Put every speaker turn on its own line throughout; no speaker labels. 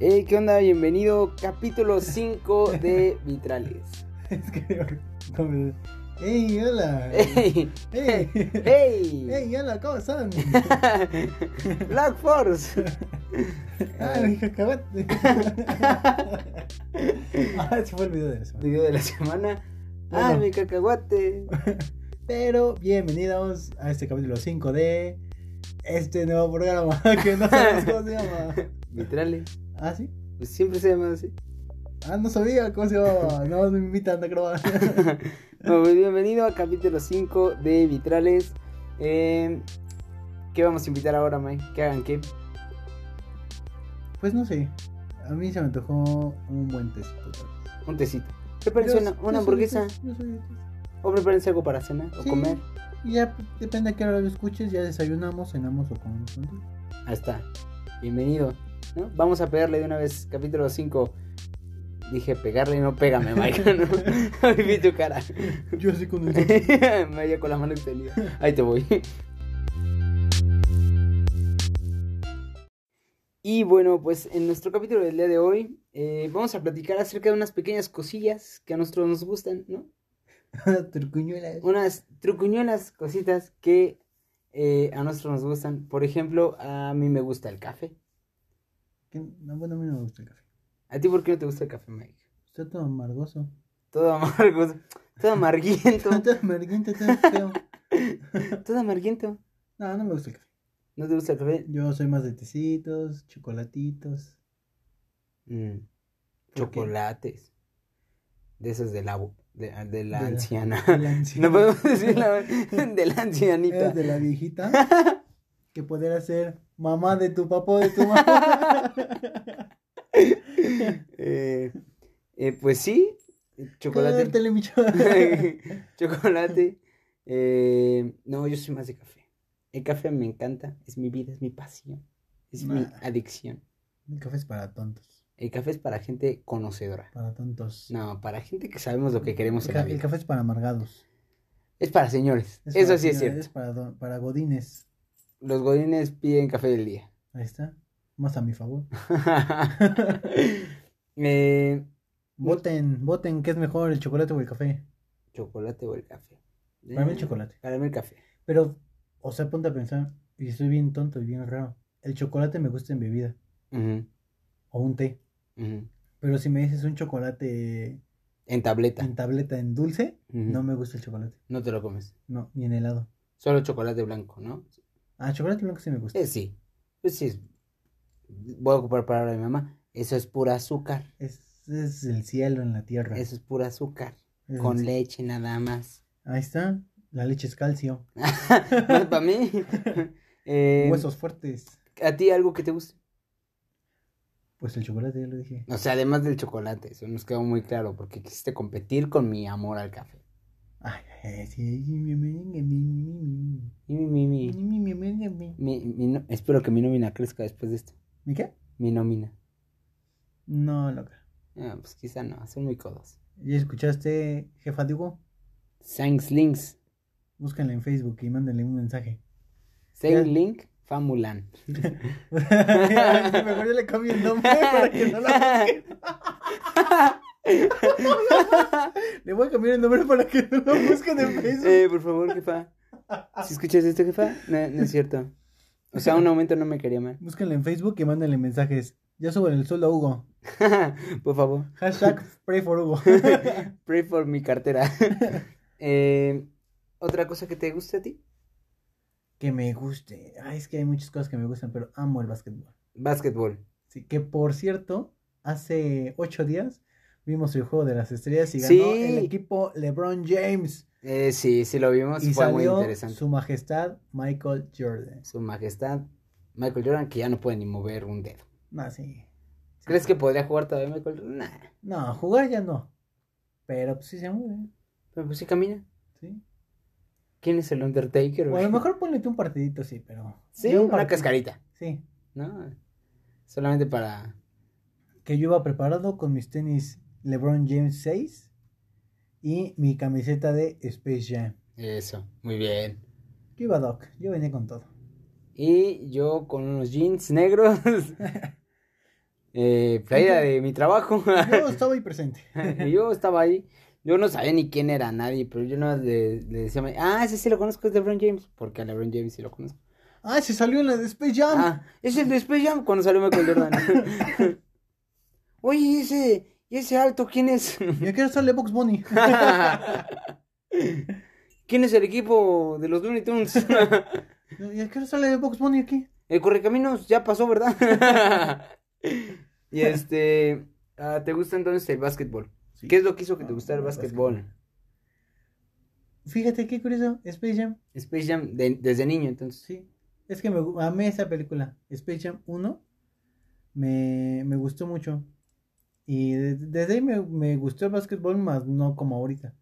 Hey, ¿qué onda? Bienvenido, capítulo 5 de Vitrales.
Es que como- ¡Ey, hola!
¡Hey!
¡Ey!
¡Hey!
¡Ey, hola! ¿Cómo están?
¡Black Force!
¡Ah, mi cacahuate! ah, se fue el video de eso.
Video de la semana. ¡Ay,
Bueno.
mi cacahuate!
Pero bienvenidos a este capítulo 5 de este nuevo programa que no sabemos cómo se llama.
Vitrales.
¿Ah, sí?
Pues siempre se llama así.
Ah, no sabía cómo se llamaba. No, me invitan a grabar.
Bueno, pues bienvenido a capítulo 5 de Vitrales. Eh, ¿Qué vamos a invitar ahora, Mike? ¿Qué hagan qué?
Pues no sé. A mí se me antojó un buen tecito. tal vez.
Un tecito. Prepárense
Yo-
una,
yo
una
soy de
hamburguesa
esos, yo soy de esos.
o prepárense algo para cenar o
Sí.
comer.
Y ya pues, depende a qué hora lo escuches, ya desayunamos, cenamos o comemos. juntos.
Ahí está. Bienvenido. ¿no? Vamos a pegarle de una vez, capítulo 5. Dije pegarle y no pégame, Mike. ¿no? Vi tu cara.
Yo así con el
Me vaya con la mano extendida. Ahí te voy. Y bueno, pues en nuestro capítulo del día de hoy eh, vamos a platicar acerca de unas pequeñas cosillas que a nosotros nos gustan, ¿no?
turcuñuela.
Unas trucuñuelas cositas que eh, a nosotros nos gustan. Por ejemplo, a mí me gusta el café.
Que- No, bueno, a mí no me gusta el café.
¿A ti por qué no te gusta el café, Mike?
Está todo amargoso.
Todo amargo, todo amarguiento,
Está todo amarguento, todo feo.
todo amarguiento.
No, no me gusta el café.
¿No te gusta el café?
Yo soy más de tecitos, chocolatitos.
Mm,
¿Por qué?
Chocolates. De esos de la, bu- de, ah, de la
De la-
anciana.
de la anciana.
No podemos decir la, de la ancianita.
Eres de la viejita que podría ser mamá de tu papá o de tu mamá.
Eh, eh, pues sí, chocolate.
Cártale, mi chaval.
chocolate. Eh, no, yo soy más de café. El café me encanta, es mi vida, es mi pasión, es mi
Nah.
adicción.
El café es para tontos.
El café es para gente conocedora.
Para tontos.
No, para gente que sabemos lo que queremos
el,
en la
ca- el
vida.
café es para amargados.
Es para señores.
Es
Eso
para
sí es
señores,
cierto.
Para, don- para godines.
Los godines piden café del día.
Ahí está. Más a mi favor.
Eh,
Voten, voten, ¿qué es mejor, el chocolate o el café?
¿Chocolate o el café?
Para mí el
Eh,
chocolate.
Para mí el café.
Pero, o sea, ponte a pensar, y estoy bien tonto y bien raro. El chocolate me gusta en bebida,
Ujú,
o un té.
ujú.
Pero si me dices un chocolate
En tableta.
en tableta, en dulce,
Ujú.
Mm, no me gusta el chocolate.
No te lo comes.
No, ni en helado.
Solo chocolate blanco, ¿no?
Ah, chocolate blanco sí me gusta.
Eh, sí. Pues sí. es- Voy a ocupar palabra de mi mamá. Eso es pura azúcar.
Es, es el cielo en la tierra.
Eso es pura azúcar.
Es el
Con
ci-
leche nada más.
Ahí está, la leche es calcio.
no es para mí. Eh,
Huesos fuertes.
¿A ti algo que te guste?
Pues el chocolate, ya lo dije.
O sea, además del chocolate, eso nos quedó muy claro, porque quisiste competir con mi amor al café.
Ay, ay, sí, mi- mi- mi- mi- mi- mi-
Y mi, mi,
mi-
mi,
mi- mi- mi- mi- mi-
mi- mi no- espero que mi nómina crezca después de esto.
¿Mi qué?
Mi nómina.
No, loca.
Ah, pues quizá no, son muy codos.
¿Ya escuchaste, jefa de Hugo?
Thanks Links.
Búscanla en Facebook y mándenle un mensaje.
Thanks
Ya.
Link, Famulan.
Ay, sí, mejor yo le cambio el nombre para que no la busquen. Le voy a cambiar el nombre para que no lo busquen en Facebook.
Eh, por favor, jefa. Si escuchas esto, jefa, no, no es cierto. O sea, un aumento no me quería mal.
Búsquenla en Facebook y mándenle mensajes. Ya suben el sueldo a Hugo.
por favor.
Hashtag pray for Hugo.
Pray for mi cartera. Eh, ¿Otra cosa que te guste a ti?
que me guste. Ay, es que hay muchas cosas que me gustan, pero amo el básquetbol.
Básquetbol.
Sí, que por cierto, hace ocho días vimos el juego de las estrellas y ganó
Sí.
el equipo LeBron James.
Eh, sí, sí lo vimos.
y
Fue muy
salió
interesante. Su...
su majestad Michael Jordan.
majestad, Michael Jordan, que ya no puede ni mover un dedo.
No, sí. Sí.
¿Crees que podría jugar todavía Michael Jordan? Nah.
No, jugar ya no. Pero pues sí se mueve.
Pero pues sí camina.
Sí.
¿Quién es el Undertaker?
O a
güey?
lo mejor ponle tú un partidito, sí, pero.
Sí,
Yo un
una
partid-
cascarita.
Sí.
¿No? Solamente para.
Que yo iba preparado con mis tenis LeBron James 6 y mi camiseta de Space Jam.
Eso, muy bien.
Yo iba Doc, yo venía con todo.
Y yo con unos jeans negros. eh, playera de mi trabajo.
Yo estaba ahí presente.
yo estaba ahí. Yo no sabía ni quién era nadie, pero yo no le, le decía, ah, ese sí lo conozco, es LeBron James, porque a LeBron James sí lo conozco.
Ah, se salió en la de Space Jam.
Ah, es el de Space Jam cuando salió Michael Jordan. Oye, ¿y ese, y ese alto quién es?
Y aquí sale Box Bunny.
¿Quién es el equipo de los Looney Tunes?
¿Y aquí sale Box Bunny aquí?
El correcaminos ya pasó, ¿verdad? y este, ah, ¿te gusta entonces el básquetbol?
Sí.
¿Qué es lo que hizo que te
Ah,
gustara el
el
básquetbol?
Fíjate qué curioso, Space Jam.
Space Jam de- desde niño, entonces.
Sí. Es que me gu- amé esa película. Space Jam 1 me, me gustó mucho. Y de- desde ahí me, me gustó el básquetbol, más no como ahorita.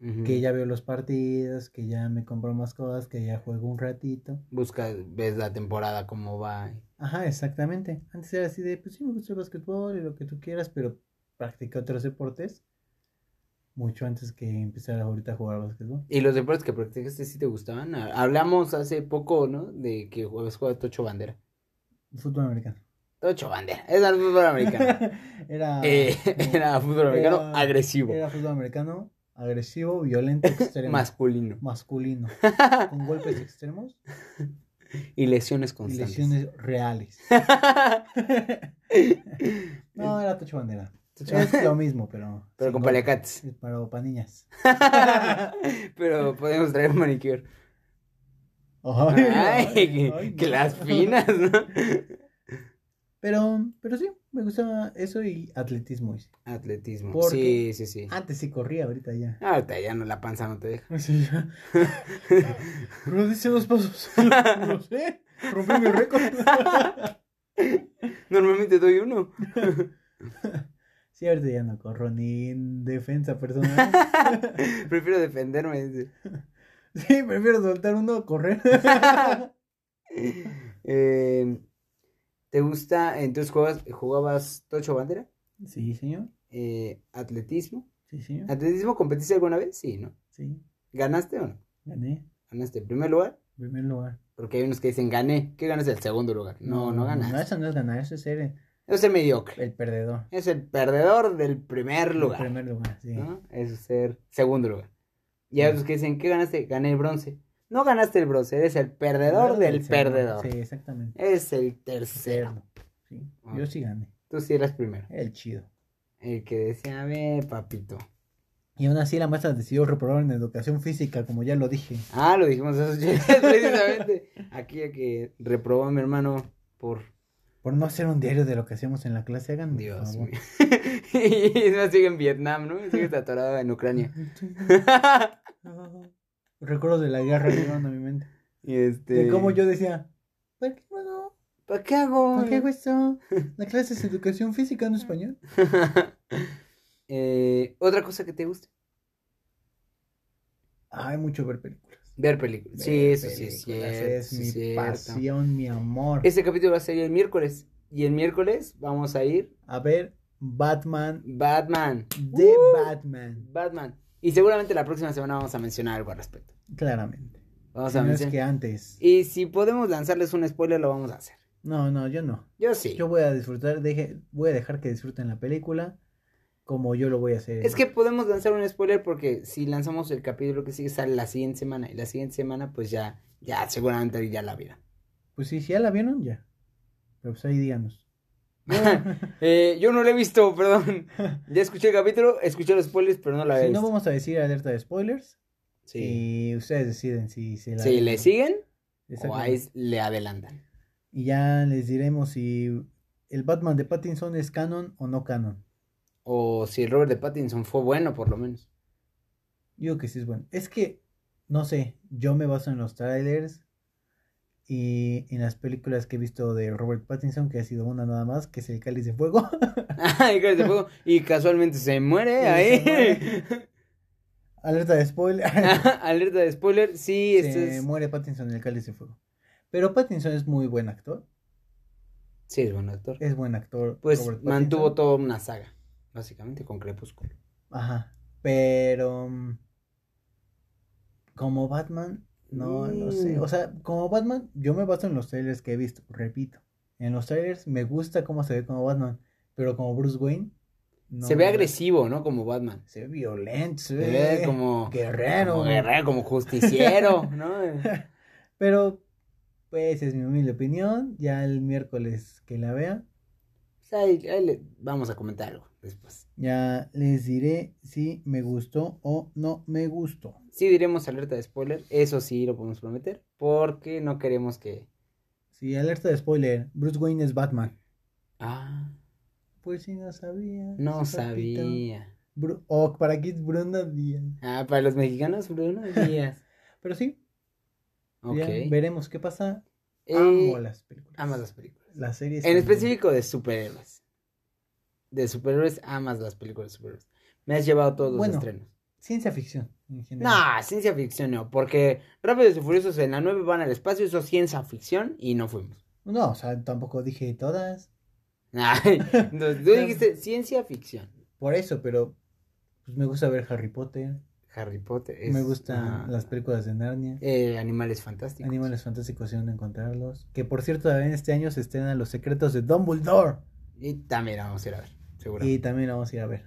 Ujú.
Que ya veo los partidos, que ya me compro más cosas, que ya juego un ratito.
Busca, ves la temporada cómo va.
Ajá, exactamente. Antes era así de, pues sí, me gusta el básquetbol y lo que tú quieras, pero practiqué otros deportes mucho antes que empezar ahorita a jugar básquetbol.
¿Y los deportes que practicaste sí te gustaban? Ha- Hablamos hace poco, ¿no? De que juegas juega Tocho Bandera.
Fútbol americano.
Tocho Bandera, es el fútbol americano.
era,
Eh, era fútbol americano
Ah, Era-
agresivo,
era fútbol americano agresivo, violento, extremo.
masculino.
Masculino. Con golpes extremos
y lesiones
y
constantes.
lesiones reales. No, era Tocho Bandera.
Tocho
Es lo mismo, pero.
Pero
sin
con
golpes.
paliacates.
Es Para, para niñas.
Pero podemos traer un manicure.
Ay,
Ay, que,
ay,
que
no.
las finas, ¿no?
Pero, pero sí, me gustaba eso y atletismo. hice.
Atletismo.
¿Por
Sí, sí, sí.
Antes sí corría, ahorita ya.
Ahorita ya no, la panza no te deja.
Sí, ya. Pero dice dos pasos. No sé. Rompí mi récord.
Normalmente doy uno.
Sí, ahorita ya no corro ni en defensa personal.
Prefiero defenderme. dice.
Sí, prefiero soltar uno a correr.
Eh, ¿Te gusta? Entonces jugabas, jugabas Tocho Bandera,
Sí, señor.
eh, atletismo.
Sí, señor.
¿Atletismo competiste alguna vez? Sí, ¿no?
Sí,
¿Ganaste o no?
gané.
¿Ganaste en primer lugar?
Primer lugar.
Porque hay unos que dicen gané. ¿Qué ganas el segundo lugar? No, no
No,
ganas.
eso no es ganar, eso es ser el,
Es el mediocre.
el perdedor.
Es el perdedor del primer lugar. Ah,
El primer lugar, sí.
¿no? Es ser segundo lugar. Y hay
Sí.
otros que dicen, ¿qué ganaste? Gané el bronce. No ganaste el bronce, eres el perdedor del
segundo.
perdedor.
Sí, exactamente.
Es el tercero.
Cerdo. Sí.
Ah.
Yo sí gané.
Tú sí eras primero.
El chido.
El que decía, a ver, papito.
Y aún así la maestra decidió reprobar en educación física, como ya lo dije.
Ah, lo dijimos eso precisamente. Aquí a que reprobó a mi hermano por
Por no hacer un diario de lo que hacíamos en la clase, hagan por
Dios
favor.
mío. y es más, sigue en Vietnam, ¿no? Sigue atorado en Ucrania.
Recuerdos de la guerra llegaron a mi mente.
y este.
De cómo yo decía, ¿para qué no?
¿Para qué hago?
¿Para qué hago esto? La clase es educación física, no español.
Eh, Otra cosa que te guste.
Hay mucho ver películas.
Ver películas. Sí,
Ver
eso sí es
películas
cierto.
Es
sí
mi
es cierto.
pasión, mi amor.
Este capítulo va a salir el miércoles. Y el miércoles vamos a ir
A ver, Batman,
Batman.
de
Uh.
Batman.
Batman. Y seguramente la próxima semana vamos a mencionar algo al respecto.
Claramente.
Vamos
Si
a
no es
mencionar.
que antes.
Y si podemos lanzarles un spoiler, lo vamos a hacer.
No, no, yo no.
Yo sí.
Yo voy a disfrutar, deje, voy a dejar que disfruten la película como yo lo voy a hacer.
Es que podemos lanzar un spoiler porque si lanzamos el capítulo que sigue sale la siguiente semana y la siguiente semana pues ya, ya seguramente ya la vieron.
Pues sí, si ya la vieron, ya. Pero pues ahí díganos.
Eh, yo no la he visto, perdón. Ya escuché el capítulo, escuché los spoilers, pero no la he
si no,
visto.
vamos a decir alerta de spoilers.
Sí.
Y ustedes deciden si se la
Si le siguen o
Exactamente.
ahí le adelantan.
Y ya les diremos si el Batman de Pattinson es canon o no canon.
O si Robert de Pattinson fue bueno, por lo menos.
Digo que sí es bueno. Es que, no sé, yo me baso en los trailers y en las películas que he visto de Robert Pattinson, que ha sido una nada más, que es El Cáliz de Fuego.
Ay, Cáliz de Fuego. y casualmente se muere
Y se
ahí.
muere. Alerta de spoiler.
Alerta de spoiler. Sí, esto
Se
es-
muere Pattinson en El Cáliz de Fuego. Pero Pattinson es muy buen actor.
sí es buen actor.
Es buen actor.
Pues
Robert
mantuvo
Pattinson.
toda una saga, básicamente con Crepúsculo.
Ajá. Pero. mm, Como Batman, no, no sé.
Mm.
O sea, como Batman, yo me baso en los trailers que he visto, repito. En los trailers me gusta cómo se ve como Batman. Pero como Bruce Wayne. no-
se ve agresivo, ¿no? Como Batman.
Se ve violento, se
Se
ve,
ve como,
guerrero.
como guerrero, como justiciero, ¿no?
Pero, pues, es mi humilde opinión. Ya el miércoles que la vea,
Pues ahí- ahí le- vamos a comentar algo después.
ya les diré si me gustó o no me gustó.
Sí diremos alerta de spoiler, eso sí lo podemos prometer, porque no queremos que...
Si alerta de spoiler, Bruce Wayne es Batman.
Ah,
Pues si no sabía.
no
sí, papito.
sabía.
Bru- o para Kids Bruna Díaz.
Ah, para los mexicanos, Bruno Díaz.
Pero sí,
Ok.
ya veremos qué pasa.
Eh,
Amo las películas.
amas las películas.
Las series.
En
también.
específico de superhéroes. De superhéroes, amas las películas de superhéroes. Me has llevado todos los
Bueno,
estrenos.
Ciencia ficción. en general.
Nah, ciencia ficción no, porque Rápidos y Furiosos en la 9 van al espacio, eso es ciencia ficción y no fuimos.
No, o sea, tampoco dije todas.
Nah, entonces, tú dijiste ciencia ficción.
Por eso, pero pues me gusta ver Harry Potter.
Harry Potter. es-
me gustan
ah,
las películas de Narnia.
eh, animales fantásticos.
Animales fantásticos y dónde encontrarlos. Que por cierto, también este año se estrenan Los secretos de Dumbledore.
Y también la vamos a ir a ver, seguro. Y,
Y también la vamos a ir a ver.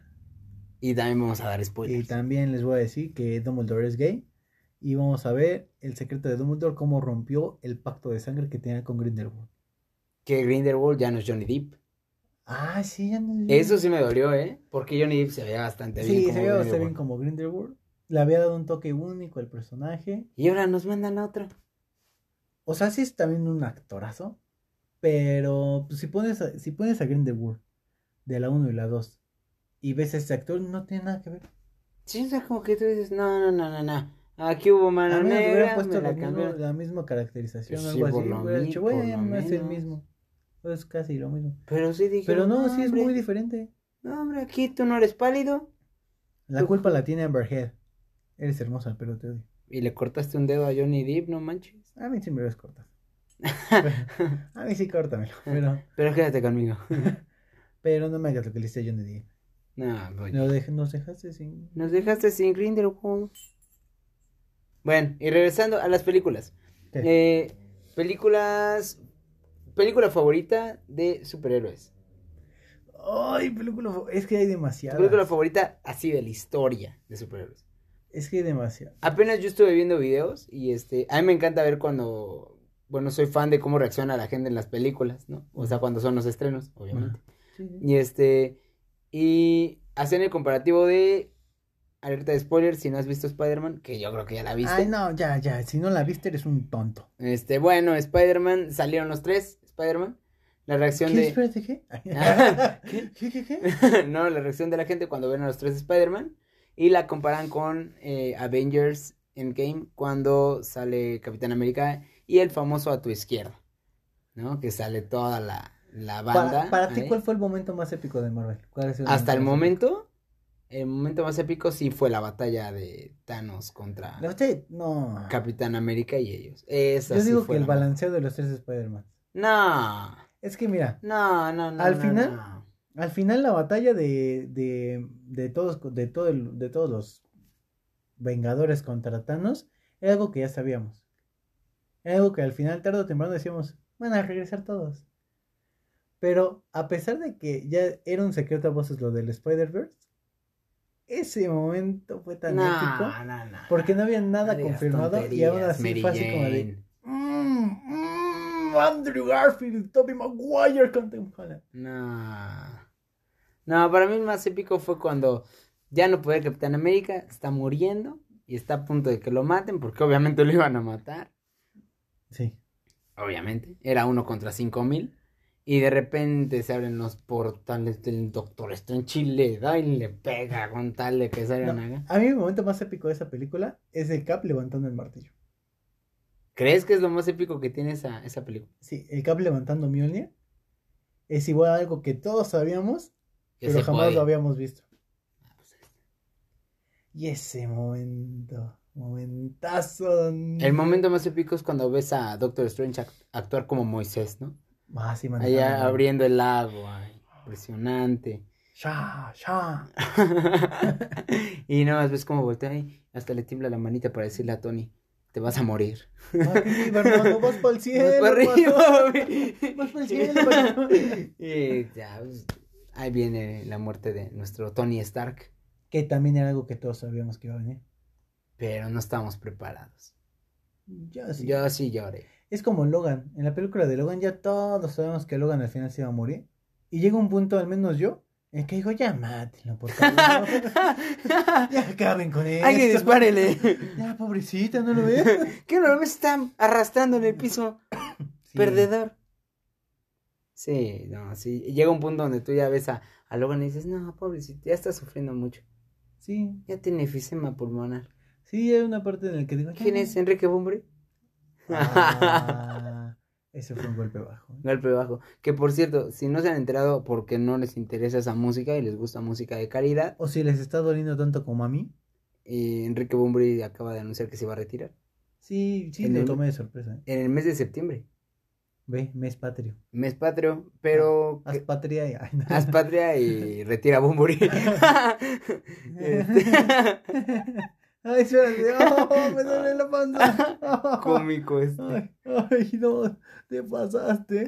también vamos a dar spoilers.
Y también les voy a decir que Dumbledore es gay. Y vamos a ver el secreto de Dumbledore, cómo rompió el pacto de sangre que tenía con Grindelwald.
Que Grindelwald ya no es Johnny Depp.
Ah, sí, ya no
Eso sí me dolió, ¿eh? Porque Johnny Depp se veía bastante bien.
Sí,
como
se veía bastante bien
Grindelwald.
como Grindelwald. Le había dado un toque único al personaje.
Y ahora nos mandan a otro.
O sea, sí es también un actorazo. Pero pues, si, pones a, si pones a Grindelwald de la 1 y la 2 y ves a este actor, no tiene nada que ver.
Sí, o sea, como que tú dices, no, no, no, no, no. Aquí hubo mano
a menos le
negra,
hubieran
me
puesto
la
lo mismo-
cambiaron.
la misma caracterización
Pues
o
sí,
algo
por
así.
lo
Hubiera
mi-
dicho,
por
bueno,
lo
es el
menos".
mismo. Es casi lo mismo.
Pero sí dije.
Pero no, sí es muy
hombre,
diferente.
No, hombre, aquí tú no eres pálido.
La
Tú-
culpa la tiene Amber Heard. Eres hermosa, pero te odio.
Y le cortaste un dedo a Johnny Depp, no manches.
A mí sí me lo cortado. a mí sí córtamelo, pero,
Pero quédate conmigo.
pero no me hagas lo que le hice a Johnny Depp.
no, voy.
Nos, dej- nos dejaste sin...
Nos dejaste sin Grindelwald. Bueno, y regresando a las películas.
¿Qué?
Eh, películas. Película favorita de superhéroes.
Ay, película... fa- Es que hay
Tu
demasiadas.
película favorita así de la historia de superhéroes.
Es que hay demasiadas.
Apenas yo estuve viendo videos y este. A mí me encanta ver cuando. Bueno, soy fan de cómo reacciona la gente en las películas, ¿no? O sea, cuando son los estrenos, obviamente.
Sí, sí.
Y este. Y hacen el comparativo de. Alerta de spoiler, si no has visto Spider-Man, que yo creo que ya la viste.
Ay, no, ya, ya. Si no la viste, eres un tonto.
Este, bueno, Spider-Man, salieron los tres, Spider-man. La reacción
¿Qué?
de.
Espérate, ¿qué?
Ah,
¿Qué? ¿Qué? ¿Qué? qué?
no, la reacción de la gente cuando ven a los tres Spider-Man. Y la comparan con eh, Avengers Endgame cuando sale Capitán América y el famoso a tu izquierda. ¿No? Que sale toda la, la banda.
Para, para ti,
ahí.
¿cuál fue el momento más épico de Marvel? ¿Cuál ha sido
Hasta el
más épico?
momento. El momento más épico sí fue la batalla de Thanos contra
La usted, no.
Capitán América y ellos. Esa
Yo
sí
digo
fue
que el
la-
balanceo de los tres Spider-Man.
No,
Es que mira,
no, no, no.
Al
no,
final,
no.
al final la batalla de, de, de todos, de, todo el- de todos los Vengadores contra Thanos era algo que ya sabíamos. Era algo que al final, tarde o temprano, decíamos, van a regresar todos. Pero a pesar de que ya era un secreto a voces lo del Spider-Verse, ese momento fue tan épico.
No, no, no.
Porque no había nada
digas
confirmado y aún
tonterías,
así
Mary
fue así como de...
Jane.
"Mm, mm, Andrew Garfield, Tobey Maguire con Tom Holland.
No. No, para mí el más épico fue cuando ya no puede Capitán América, está muriendo y está a punto de que lo maten, porque obviamente lo iban a matar.
Sí.
Obviamente. Era uno contra cinco mil. Y de repente se abren los portales del Doctor Strange Chile, da y le pega con tal de que salgan
No.
acá.
A mí el momento más épico de esa película es el Cap levantando el martillo.
¿Crees que es lo más épico que tiene esa, esa película?
Sí, el Cap levantando Mjolnir es igual a algo que todos sabíamos,
Que
pero
se
jamás
puede.
lo habíamos visto. Y ese momento, momentazo. don-
El momento más épico es cuando ves a Doctor Strange act- actuar como Moisés, ¿no?
Ah, sí, manejando.
Allá abriendo el agua. Impresionante.
Ya, ya.
y nada más ves cómo voltea y hasta le tiembla la manita para decirle a Tony, te vas a morir.
Papi, hermano, vas para el cielo.
Vas para
pato.
arriba, güey.
Vas pa'l cielo, pato.
Y ya, pues, Ahí viene la muerte de nuestro Tony Stark,
Que también era algo que todos sabíamos que iba a venir.
pero no estamos preparados.
Yo sí.
Yo sí lloré.
Es como Logan. En la película de Logan ya todos sabemos que Logan al final se iba a morir. Y llega un punto, al menos yo, en que digo, ya mátenlo, por favor. ya acaben con él.
Alguien dispárele.
Ya, pobrecita, ¿no lo ves?
¿Qué no me están arrastrando en el piso?
Sí.
Perdedor. Sí, no, sí. Y Llega un punto donde tú ya ves a, a Logan y dices, no, pobrecito, ya está sufriendo mucho.
Sí,
Ya tiene efisema pulmonar.
sí, hay una parte en la que digo, ya.
¿Quién es Enrique Bumbre?
Ah, ese fue un golpe bajo.
Golpe bajo. Que por cierto, si no se han enterado porque no les interesa esa música y les gusta música de calidad,
O si les está doliendo tanto como a mí.
eh, Enrique Bumbre acaba de anunciar que se va a retirar.
Sí, sí,
En
lo
el-
tomé de sorpresa. ¿eh?
En el mes de septiembre.
Ve, mes patrio.
Mes patrio, pero...
Haz
que-
patria y... ay, no.
Haz patria y retira Bumburí. Este,
Ay, espérate. Oh, me duele la panza.
cómico este.
Ay, ay, no, te pasaste.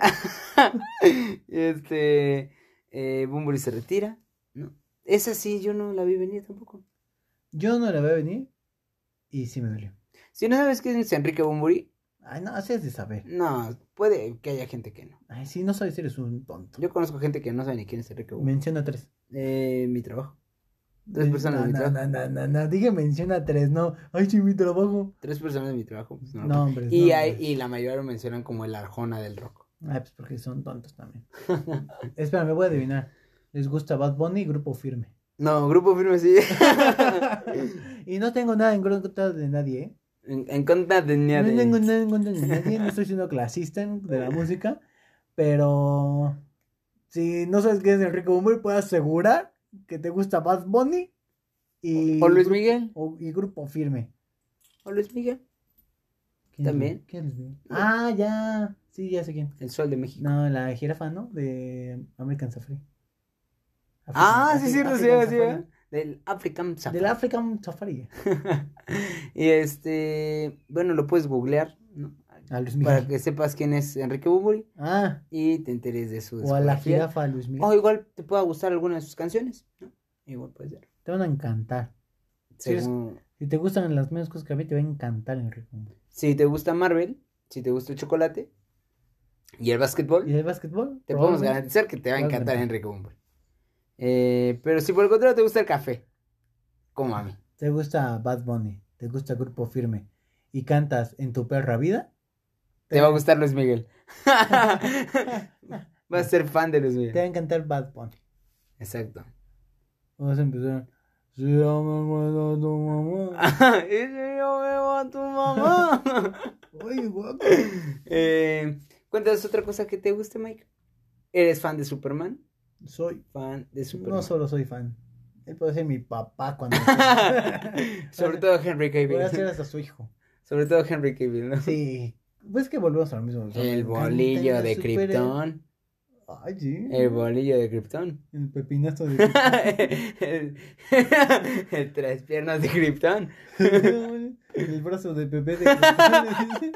Este, eh, Bunbury se retira. No. Esa sí, yo no la vi venir tampoco.
Yo no la veo venir y sí me dolió.
Si no sabes quién es Enrique Bunbury,
Ay, no, así es de saber.
no, puede que haya gente que no.
Ay, sí, no sabes, eres un tonto.
Yo conozco gente que no sabe ni quién es Enrique Bunbury.
Menciona tres. Eh,
Eh, mi trabajo. Tres personas de mi
No, no,
trabajo.
no, no, no, no, dije menciona tres, no. Ay, sí, mi trabajo.
Tres personas de mi trabajo. pues, no.
No, hombre.
y,
no, pues.
hay-
hombre.
y la mayoría lo mencionan como el Arjona del rock.
Ay, pues porque son tontos también. Espera, me voy a adivinar. Les gusta Bad Bunny y Grupo Firme.
No, grupo firme sí.
y no tengo nada en contra de nadie, ¿eh?
en, en contra de
No
nadie.
tengo nada en contra de nadie, no estoy siendo clasista en- de la música, pero si no sabes qué es Enrique Bunbury, puedo asegurar que te gusta Bad Bunny y,
O Luis
Gru-
Miguel.
o- y Grupo Firme.
O Luis Miguel.
¿Quién es
También.
Luis- ¿Quién es Luis? Ah, ya, sí, ya sé quién.
El Sol de México.
No, la jirafa, ¿no? De American Safari. African-
Ah, sí,
Afri-
cierto, sí,
African
sí,
Safari.
¿eh? Del African Safari.
Del African Safari.
y este, bueno, lo puedes googlear, ¿no?
A Luis
Para
Miguel.
que sepas quién es Enrique Bunbury
Ah,
y te enteres de su
o a la
discografía.
jirafa Luis Miguel.
O igual te pueda gustar alguna de sus canciones, ¿no? Igual puede ser.
Te van a encantar. Sí, es-
Según-
Si te gustan las mismas cosas que a mí, te va a encantar Enrique Bunbury.
Si te gusta Marvel, si te gusta el chocolate y el básquetbol,
¿Y el básquetbol?
te podemos
Probablemente.
garantizar que te va a encantar
Probablemente.
Enrique Bunbury. Eh, pero si por el contrario te gusta el café, como a mí.
¿Te gusta Bad Bunny? ¿Te gusta Grupo Firme? ¿Y cantas en tu perra vida?
Te va a gustar Luis Miguel. Vas a ser fan de Luis
Te va
Miguel.
a encantar Bad Bunny.
Exacto.
Vamos a empezar. Si yo me muero tu mamá.
y si yo veo a tu mamá.
Oye, guapo.
eh, cuéntanos otra cosa que te guste, Mike. ¿Eres fan de Superman?
Soy.
Fan de Superman.
No solo soy fan. Él puede ser mi papá cuando.
Sobre todo Henry
Voy a ser
Cavill.
hasta su hijo.
Sobre todo Henry Cavill, ¿no?
Sí. Pues que volvemos al mismo.
El bolillo de
Krypton.
Krypton.
Ay, sí.
El bolillo de Krypton.
El pepinazo de Krypton.
el, el tres piernas de Krypton.
El brazo de Pepe de Krypton.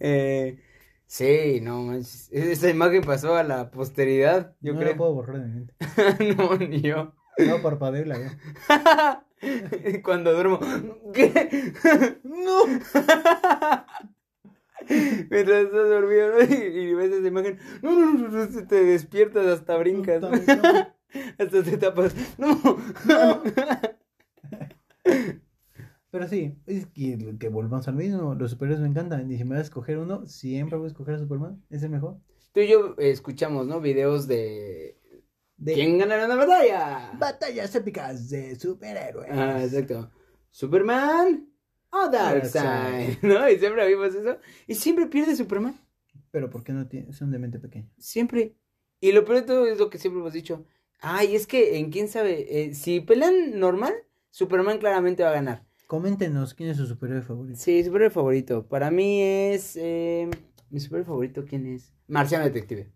Eh, sí, no manches. Esa imagen pasó a la posteridad, yo
no la
creo.
puedo borrar de mi mente.
no, ni yo.
No parpadeo y la veo.
Cuando duermo. ¿Qué?
¡No!
Mientras estás dormido ¿no? y, y ves esa imagen. No, no, no, no, no, te despiertas hasta brincas.
Puta, mi cama.
hasta te tapas. No.
Pero sí, es que, que volvamos al mismo. Los superhéroes me encantan. Y si me voy a escoger uno, siempre voy a escoger a Superman. Es el mejor.
Tú y yo eh, escuchamos, ¿no? Videos de.
De
¿Quién ganará la batalla?
batallas épicas de superhéroes.
Ah, exacto. Superman o Darkseid.
Darkseid.
¿No? Y siempre vimos eso. Y siempre pierde Superman.
Pero ¿por qué no tiene? Son de mente pequeña.
Siempre. Y lo peor de todo es lo que siempre hemos dicho. Ay, es que en quién sabe, eh, si pelean normal, Superman claramente va a ganar.
Coméntenos quién es su superhéroe favorito.
Sí, superhéroe favorito. Para mí es. eh, Mi superhéroe favorito, ¿quién es? Marciano Detective.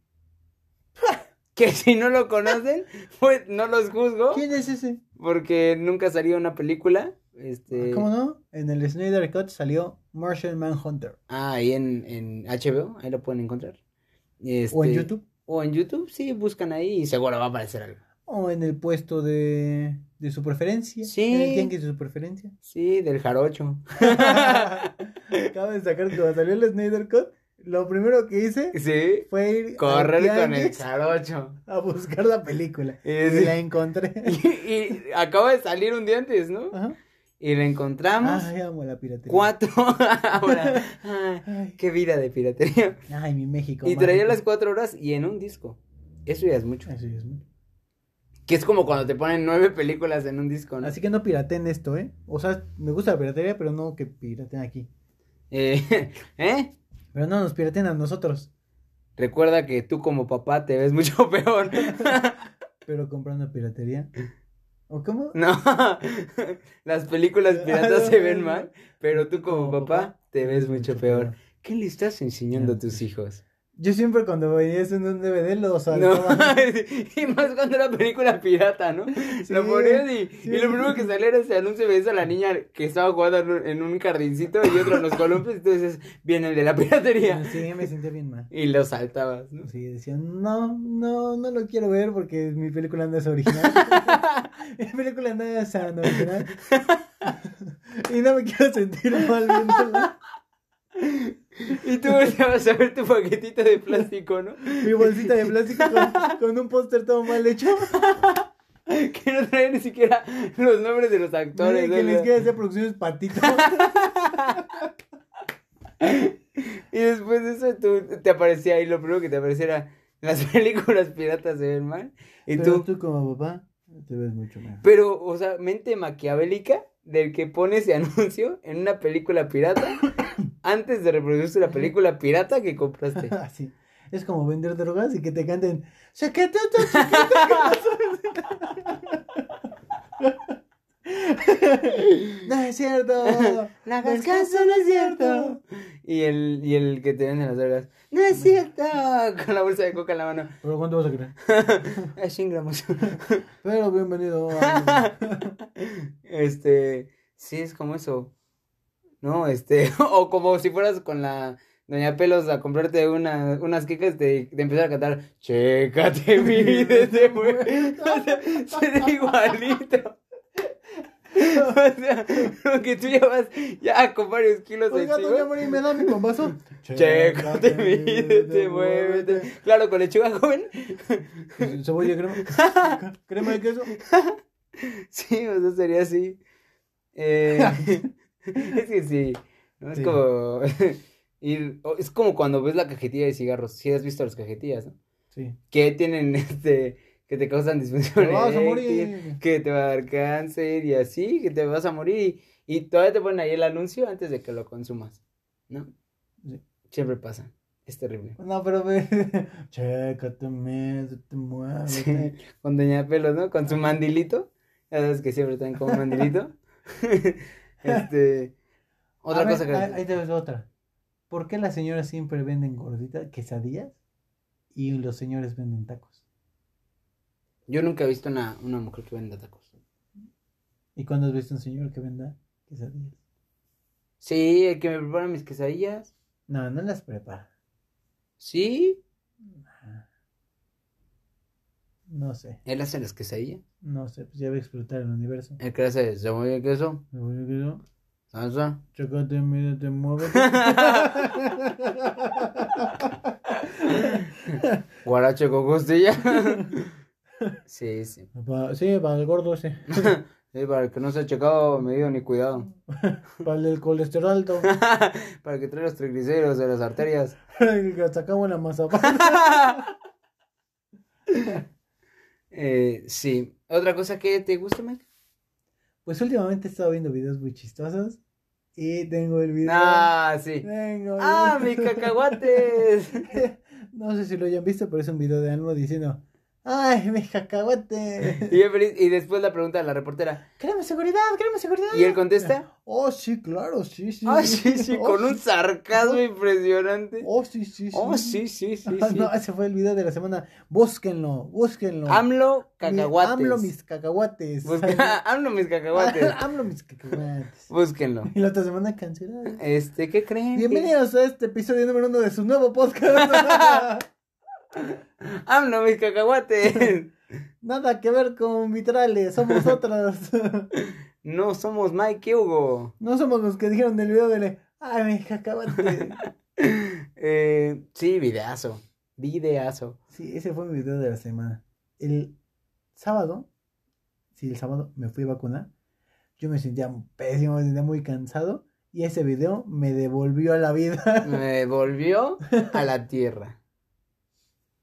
que si no lo conocen, pues no los juzgo.
¿Quién es ese?
Porque nunca salió una película. Este.
¿Cómo no? En el Snyder Cut salió Martian Manhunter.
Ah, ahí en, en HBO, ahí lo pueden encontrar.
O en
Este,
YouTube.
O en YouTube, sí, buscan ahí y seguro va a aparecer algo.
O en el puesto de, de su preferencia.
Sí.
En el tianguis de su preferencia.
Sí, del jarocho.
Acabo de sacar cuando salió el Snyder Cut. Lo primero que hice
Sí,
fue ir al
correr con el
tianguis
jarocho.
a buscar la película.
Y
Y
sí.
la encontré.
Y, y acaba de salir un día antes, ¿no?
Ajá.
Y la encontramos.
Ay, amo la piratería.
cuatro. Ahora, ay,
Ay,
qué vida de piratería.
ay, mi México.
Y traía las
mágico.
cuatro horas y en un disco. Eso ya es mucho.
Así es, ¿no?
Que es como cuando te ponen nueve películas en un disco, ¿no?
Así que no pirateen esto, ¿eh? O sea, me gusta la piratería, pero no que pirateen aquí.
Eh, ¿eh?
Pero no nos pirateen a nosotros,
Recuerda que tú como papá te ves mucho peor.
pero comprando piratería. ¿O cómo?
No, las películas
Ah, no,
piratas se ven
no.
mal, pero tú como papá te ves mucho peor. ¿Qué le estás enseñando a tus hijos?
Yo siempre cuando venías en un DVD lo
No,
saltaba.
y más cuando era película pirata, ¿no?
Sí,
lo ponías y,
sí.
y lo primero que salía era ese anuncio y veías a la niña que estaba jugando en un, en un jardincito y otro en los columpios, entonces viene el de la piratería.
Sí, me sentía bien mal.
Y lo saltabas, ¿no?
Sí, decían, no, no, no lo quiero ver porque mi película no es original. mi película no es tan original. y no me quiero sentir mal viéndola.
Y tú vas a ver tu paquetito de plástico, ¿no?
Mi bolsita de plástico con, con un póster todo mal hecho.
Que no trae ni siquiera los nombres de los actores.
Mira, que
¿no?
les queda hacer producciones patito.
Y después de eso tú te aparecía ahí, lo primero que te aparecía era las películas piratas se ven mal. Y
Pero
tú,
tú como papá te ves mucho mejor.
pero, o sea, mente maquiavélica del que pone ese anuncio en una película pirata antes de reproducirse la película pirata que compraste.
Así. Es como vender drogas y que te canten. "Shakatata, No es cierto.
No
hagas caso, no es cierto.
Y el, y el que te vende las drogas. No es cierto. Con la bolsa de coca en la mano. Ah,
Pero ¿cuánto vas a creer?
Es 100 gramos.
Pero bienvenido. a-
Este, sí, es como eso. No, este, o como si fueras con la doña Pelos a comprarte una, unas quecas de, de empezar a cantar, chécate mi desde muerto. O sea, suena igualito. O sea, lo que tú llevas ya con varios kilos
Oiga, doña
encima.
Mari, ¿me da mi bombazo?
Chécate mi desde muévete. Claro, con lechuga joven.
Cebolla, crema. Crema de queso.
Sí, o sea, sería así. Eh, es que sí, ¿no? Es
Sí.
como ir- o- es como cuando ves la cajetilla de cigarros, si has visto las cajetillas, ¿no?
Sí.
Que tienen este, que te causan disfunción
Pero vas a
eréctil,
morir.
que te va a dar cáncer y así, que te vas a morir y, y todavía te ponen ahí el anuncio antes de que lo consumas, ¿no?
Sí.
Siempre pasa, es terrible.
No, pero ve. Chécate mi desde muévete.
Sí, con Doña Pelos, ¿no? Con su
Ah.
mandilito. Ya sabes que siempre están con un mandilito. este. Otra
A ver,
cosa que.
ahí- Ahí te ves otra. ¿Por qué las señoras siempre venden gorditas, quesadillas y los señores venden tacos?
Yo nunca he visto una, una mujer que venda tacos.
¿Y cuándo has visto un señor que venda quesadillas?
Sí, el que me prepara mis quesadillas.
No, no las prepara.
Sí,
No sé,
él hace las quesadillas.
no sé, pues ya va a explotar el universo.
El que hace cebolla y queso,
Me voy a quedar,
salsa.
Chocate, mírate, muévete.
Guaracho con costilla. sí, sí.
Pa- sí, para el gordo, sí.
Sí, para el que no se ha checado, medido ni cuidado.
Para el del colesterol alto.
para el que trae los triglicéridos de las arterias.
El que sacamos la mazapán.
Eh, sí. ¿Otra cosa que te gusta, Mike?
Pues últimamente he estado viendo videos muy chistosos. Y tengo el video.
Ah, sí.
Tengo el
¡Ah, mis
video.
cacahuates!
No sé si lo hayan visto, pero es un video de Almo diciendo: ¡Ay, mis cacahuates!
Y, bien feliz. y después la pregunta de la reportera.
¡Queremos seguridad! ¡Queremos seguridad!
¿Y él contesta?
Oh, sí, claro, sí, sí.
Ah, sí, sí,
Oh,
con un sarcasmo impresionante.
Oh, sí, sí, sí.
Oh, sí, sí, sí,
Ah,
sí.
No, ese fue el video de la semana. Búsquenlo, búsquenlo.
AMLO
Mi-
cacahuates.
AMLO mis cacahuates.
Busca- AMLO mis cacahuates.
AMLO mis cacahuates.
Búsquenlo.
Y la otra semana cancelada.
Este, ¿qué creen?
Bienvenidos a este episodio número uno de su nuevo podcast.
AMLO, mis cacahuates.
Nada que ver con vitrales, somos otras.
No somos Mike y Hugo.
No somos los que dijeron del video de ay, me cacahuate.
Eh, sí, videazo. Videazo.
Sí, ese fue mi video de la semana. El sábado, sí, el sábado me fui a vacunar. Yo me sentía pésimo, me sentía muy cansado. Y ese video me devolvió a la vida.
Me volvió a la tierra.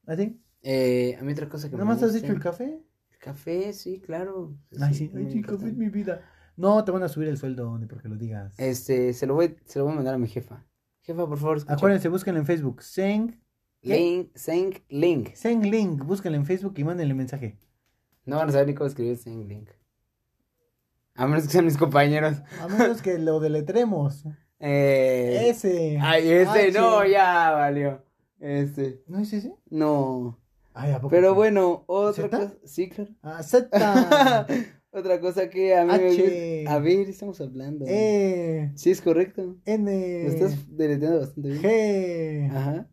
¿Así?
Eh, a mí otra cosa que
¿Nada más has
gusta-
hecho el café?
Café, sí, claro.
Ay, sí,
muy
ay, sí, el café es
importante.
mi vida. No, te van a subir el sueldo ni porque lo digas.
Este, se lo voy, se lo voy a mandar a mi jefa. Jefa, por favor, escucha.
Acuérdense, búsquenlo en Facebook. Seng,
Link, Zeng Link.
Seng Link, búsquenlo en Facebook y mándenle mensaje.
No van a saber ni cómo escribir Zeng Link. A menos que sean mis compañeros.
A menos que lo deletremos.
Eh,
Ese.
Ay, este,
H.
no, ya valió. Este,
¿No es ese?
no.
Ay, Ah, ¿a poco
Pero
sí?
bueno, otra
¿Zeta?
cosa. Sí, claro.
Ah, Z.
otra cosa que a mí me
H.
gusta. A ver, estamos hablando.
e.
Sí, es correcto. Lo
N.
estás deleteando bastante bien.
G.
Ajá.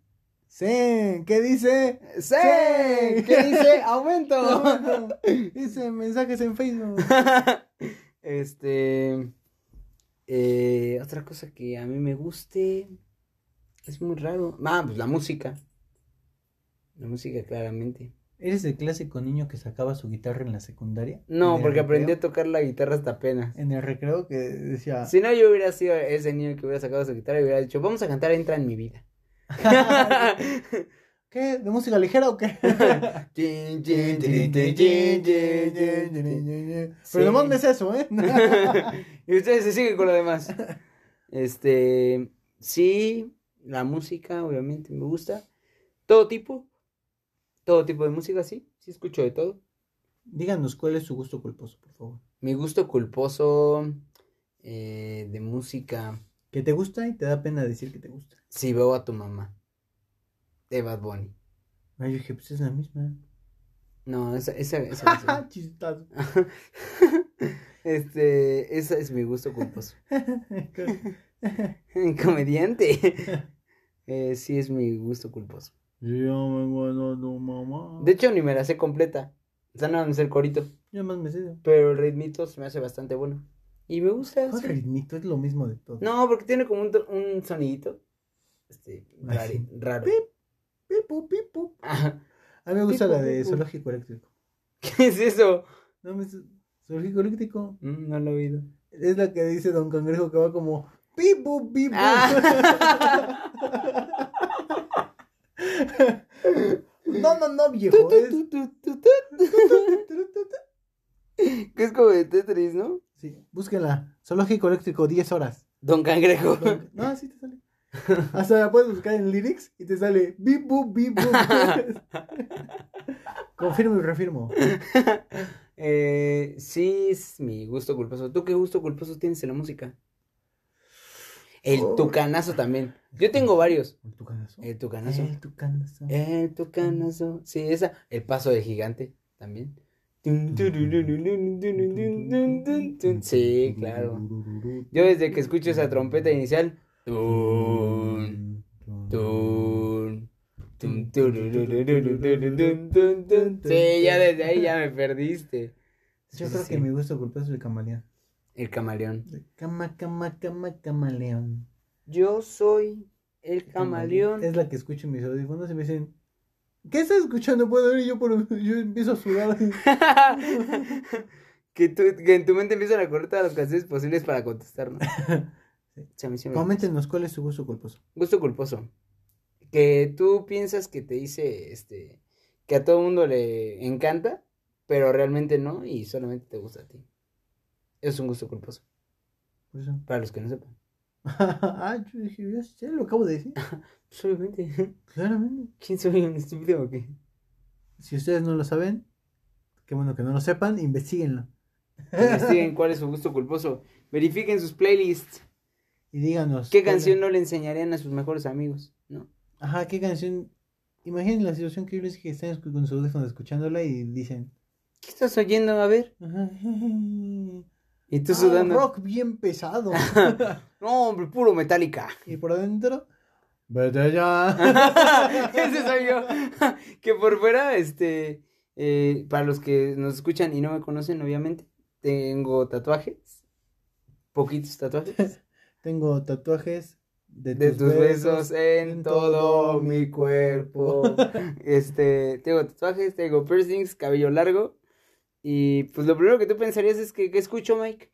Sen. ¿Qué dice?
¡Sí!
Sí.
¿Qué dice? ¡Aumento!
No, no. Dice mensajes en Facebook.
este. eh, otra cosa que a mí me guste. Es muy raro. Ah, pues la música. La música, claramente.
¿Eres el clásico niño que sacaba su guitarra en la secundaria?
No,
¿En el
porque aprendí a
recreo?
tocar la guitarra hasta apenas.
En el recreo que decía.
Si no, yo hubiera sido ese niño que hubiera sacado su guitarra y hubiera dicho, vamos a cantar Entra en mi vida.
¿Qué? ¿De música ligera o qué?
Chin, chin, chin, chin, chin, chin, chin, chin.
Pero nomás me es eso, ¿eh?
y ustedes se siguen con lo demás. Este, sí, la música obviamente me gusta. Todo tipo, todo tipo de música, sí, sí escucho de todo.
Díganos cuál es su gusto culposo, por favor.
Mi gusto culposo eh, de música,
Que te gusta y te da pena decir que te gusta.
si veo a tu mamá, de Bad Bunny.
Ay, yo dije, pues es la misma.
No, esa, esa, esa canción.
Chistazo.
Este, ese es mi gusto culposo. Comediante. Eh, sí es mi gusto culposo.
Yo me guardo a tu mamá.
De hecho, ni me la sé completa. O sea, nada más el corito.
Yo más me sé.
Pero el ritmito se me hace bastante bueno. Y me gusta.
¿Cuál
sí.
ritmito? Es lo mismo de todo.
No, porque tiene como un, to- un sonidito. Este, rari-
sí.
raro.
Pip, pipu, pipu.
Ajá.
A mí me gusta
Pipu,
la de
pipu.
Zoológico Eléctrico.
¿Qué es eso?
No me su- Zoológico Eléctrico
Mm, no lo he oído.
es la que dice Don Cangrejo que va como pipu, pipu.
Ah.
No, no, no, viejo. es-
Tu, tu, tu, tu. Que es como de Tetris, ¿no?
Sí, búsquenla. Zoológico Eléctrico, 10 horas.
Don Cangrejo.
No, sí te sale. Hasta la puedes buscar en lyrics y te sale bip, bup, bip, bup. Confirmo y refirmo.
Eh, sí, es mi gusto culposo. ¿Tú qué gusto culposo tienes en la música? El
Oh.
tucanazo también. Yo tengo varios.
¿El tucanazo?
El tucanazo.
El tucanazo.
El tucanazo. Sí, esa. El paso del gigante también. Sí, claro. Yo desde que escucho esa trompeta inicial. tun, tun, tun, tururururururururururururururururururururururururururururururururururururururururururururururururururur. Sí, ya desde ahí ya me perdiste. Sí,
Yo creo
sí,
que
sí.
mi gusto culposo es el camaleón.
El camaleón.
Cama, cama, cama, camaleón.
Yo soy el camaleón.
Es la que escucho en mis audífonos y me dicen, ¿qué estás escuchando? Puedo ver y yo, por, yo empiezo a sudar.
que, tú- que en tu mente empiezan a correr todas las canciones posibles para contestarnos. Sí, a mí sí me-
Coméntenos cuál es su gusto culposo.
Gusto culposo. Que tú piensas que te dice este que a todo mundo le encanta, pero realmente no y solamente te gusta a ti. Es un gusto culposo,
Por eso.
para los que no sepan.
ah, yo dije, yo sé, lo acabo de decir.
Pues, obviamente,
Claramente.
¿quién soy un estúpido o qué?
Si ustedes no lo saben, qué bueno que no lo sepan, investiguenlo.
Investiguen cuál es su gusto culposo. Verifiquen sus playlists.
y díganos.
¿Qué
cuál es-
canción no le enseñarían a sus mejores amigos? ¿No?
Ajá, qué canción. Imaginen la situación que yo les dije, están escu- con su audífonos escuchándola y dicen.
¿Qué estás oyendo? A ver.
Ajá.
Y tú
Ah,
sudando.
rock bien pesado.
No, hombre, puro Metallica.
y por adentro. Vete ya.
Ese soy yo. que por fuera, este, eh, para los que nos escuchan y no me conocen, obviamente, tengo tatuajes, poquitos tatuajes,
Tengo tatuajes de,
de tus besos en
en
todo
todo
mi cuerpo. Este, tengo tatuajes, tengo piercings, cabello largo. Y pues lo primero que tú pensarías es que, ¿qué escucho, Mike?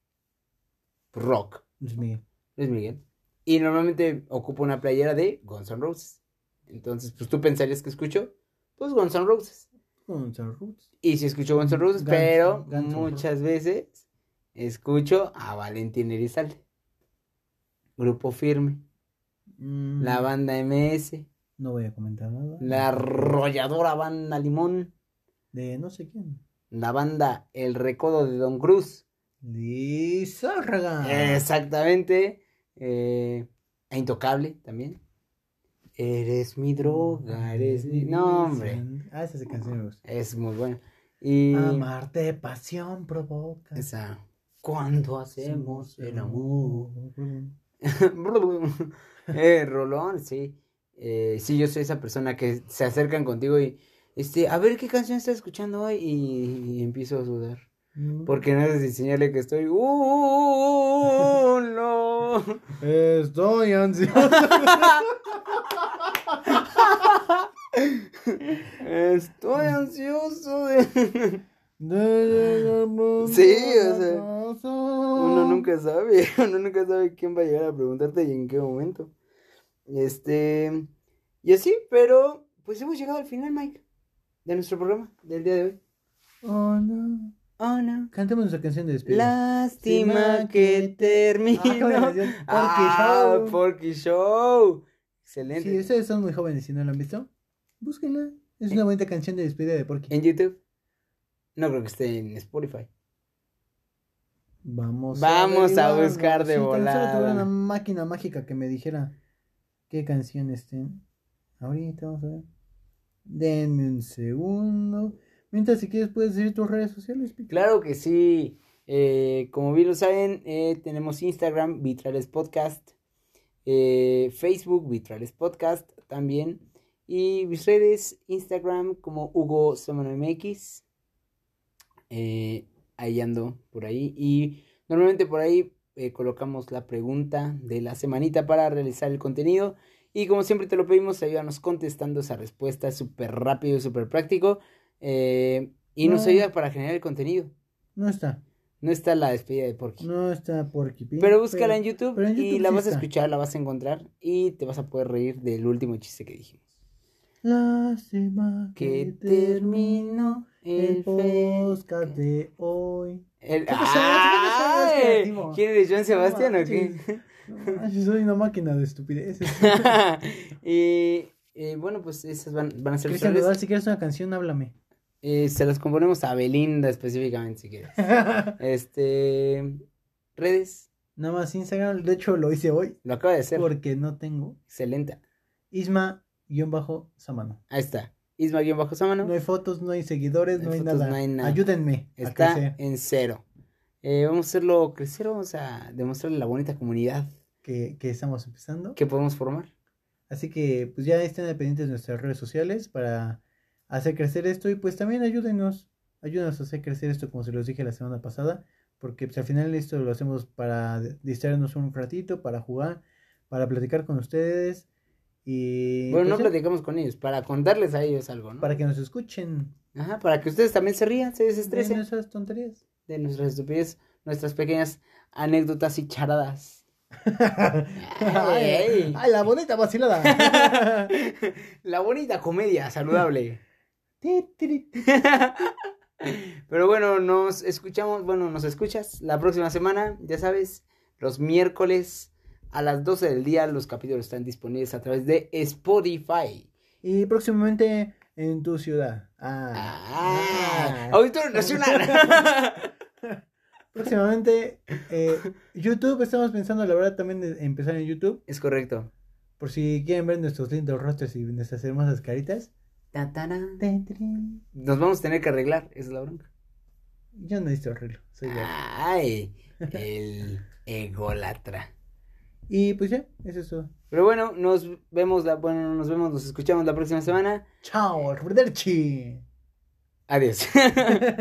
Rock,
Luis Miguel.
Luis Miguel. Y normalmente ocupo una playera de Guns N' Roses. Entonces, pues tú pensarías que escucho, pues Guns N' Roses.
Con Charroots.
Y si escucho Guns N' Roses,
Guns-
pero
Guns N'
muchas veces escucho a Valentín Elizalde. Grupo Firme,
Mm,
la banda MS,
No voy a comentar nada.
la arrolladora banda Limón,
De no sé quién.
la banda El Recodo de Don Cruz.
Lizárraga.
Exactamente. eh, e Intocable también. Eres mi droga, eres mi... No, hombre.
Ah, esa es la canción me gusta.
Es muy buena. Y...
Amarte pasión provoca.
Esa. Cuando hacemos el amor. eh, Rolón, sí. Eh, sí, yo soy esa persona que se acercan contigo y, este, a ver qué canción estás escuchando hoy y, y empiezo a sudar. Porque no sé si señale que estoy... ¡Uh, no!
Estoy ansioso.
Estoy ansioso de...
de llegar
Sí,
a
o sea,
casa.
Uno nunca sabe, uno nunca sabe quién va a llegar a preguntarte y en qué momento. Este, y así, pero pues hemos llegado al final, Mike, de nuestro programa del día de hoy.
Oh, no.
Oh, no.
Cantemos nuestra canción de despedida.
Lástima
Lástima
que
que
terminó.
Ah, con la canción Porky
Ah,
Show.
Porky Show. Excelente.
Si ustedes son muy jóvenes y no la han visto, búsquenla. Es una bonita canción de despedida de Porky.
En YouTube. No creo que esté en Spotify.
Vamos,
Vamos a
averiguarlo.
buscar de
Si tan solo
volada.
tuviera una máquina mágica que me dijera qué canción estén. Ahorita vamos a ver. Denme un segundo. Mientras, si quieres, puedes decir tus redes sociales. Pic.
Claro que sí. Eh, como bien lo saben, eh, tenemos Instagram, Vitrales Podcast, eh, Facebook, Vitrales Podcast también. Y mis redes, Instagram como Hugo Semana MX. Eh, ahí ando por ahí. Y normalmente por ahí eh, colocamos la pregunta de la semanita para realizar el contenido. Y como siempre te lo pedimos, ayúdanos contestando esa respuesta súper rápido y súper práctico. Eh, y nos
No.
ayuda para generar el contenido.
No está.
No está la despedida de Porky.
No está Porky Pig.
pero búscala en
pero-
YouTube,
pero en
y
YouTube
la
sí
vas a
está.
escuchar, la vas a encontrar y te vas a poder reír del último chiste que dijimos.
Lástima
Que
que
terminó el
el
podcast.
podcast de hoy.
El...
¿Qué pasó? ¿Qué pasó?
¡Ay!
Creativo.
¿Quién eres, Joan Sebastián o qué?
manches. No, yo soy una máquina de estupideces.
y eh, bueno, pues esas van, van a ser las
Cristian Dodal,
tres.
si quieres una canción, háblame.
Eh, se las componemos a Belinda específicamente, si quieres. Este. Redes,
Nada más Instagram, de hecho lo hice hoy
lo acaba de hacer.
porque no tengo.
Excelente.
Isma-Samano.
Ahí está. Isma-Samano.
No hay fotos, no hay seguidores,
No
no
hay
hay,
fotos,
nada.
no hay nada.
Ayúdenme a
está
crecer.
en cero. Eh, vamos a hacerlo crecer, vamos a demostrarle a la bonita comunidad
Que, que estamos empezando.
que podemos formar.
Así que pues ya estén al pendientes de nuestras redes sociales para hacer crecer esto y pues también ayúdenos, ayúdenos a hacer crecer esto como se los dije la semana pasada, porque pues al final esto lo hacemos para distraernos un ratito, para jugar, para platicar con ustedes y
bueno, no
pues, ya,
platicamos con ellos, para contarles a ellos algo, ¿no?
para que nos escuchen
Ajá, para que ustedes también se rían, se
de
desestresen
nuestras tonterías.
de nuestras estupidez, nuestras pequeñas anécdotas y charadas. Ay,
ay, ay, Ah, la bonita vacilada.
la bonita comedia saludable. Pero bueno, nos escuchamos, bueno, nos escuchas la próxima semana, ya sabes, los miércoles a las 12 del día los capítulos están disponibles a través de Spotify.
y próximamente en tu ciudad.
Ah,
Ah.
Auditorio Nacional.
Próximamente, eh, YouTube, estamos pensando, la verdad, también de empezar en YouTube.
es correcto.
Por si quieren ver nuestros lindos rostros y nuestras hermosas caritas.
Tatara.
Tin, tirín.
Nos vamos a tener que arreglar, esa es la bronca.
Pues Yo no necesito arreglo, soy yo.
Ay, el ególatra.
Y pues ya, eso es todo.
Pero bueno, nos vemos, la, bueno, nos vemos, nos escuchamos la próxima semana.
Chao, arrivederci.
Adiós.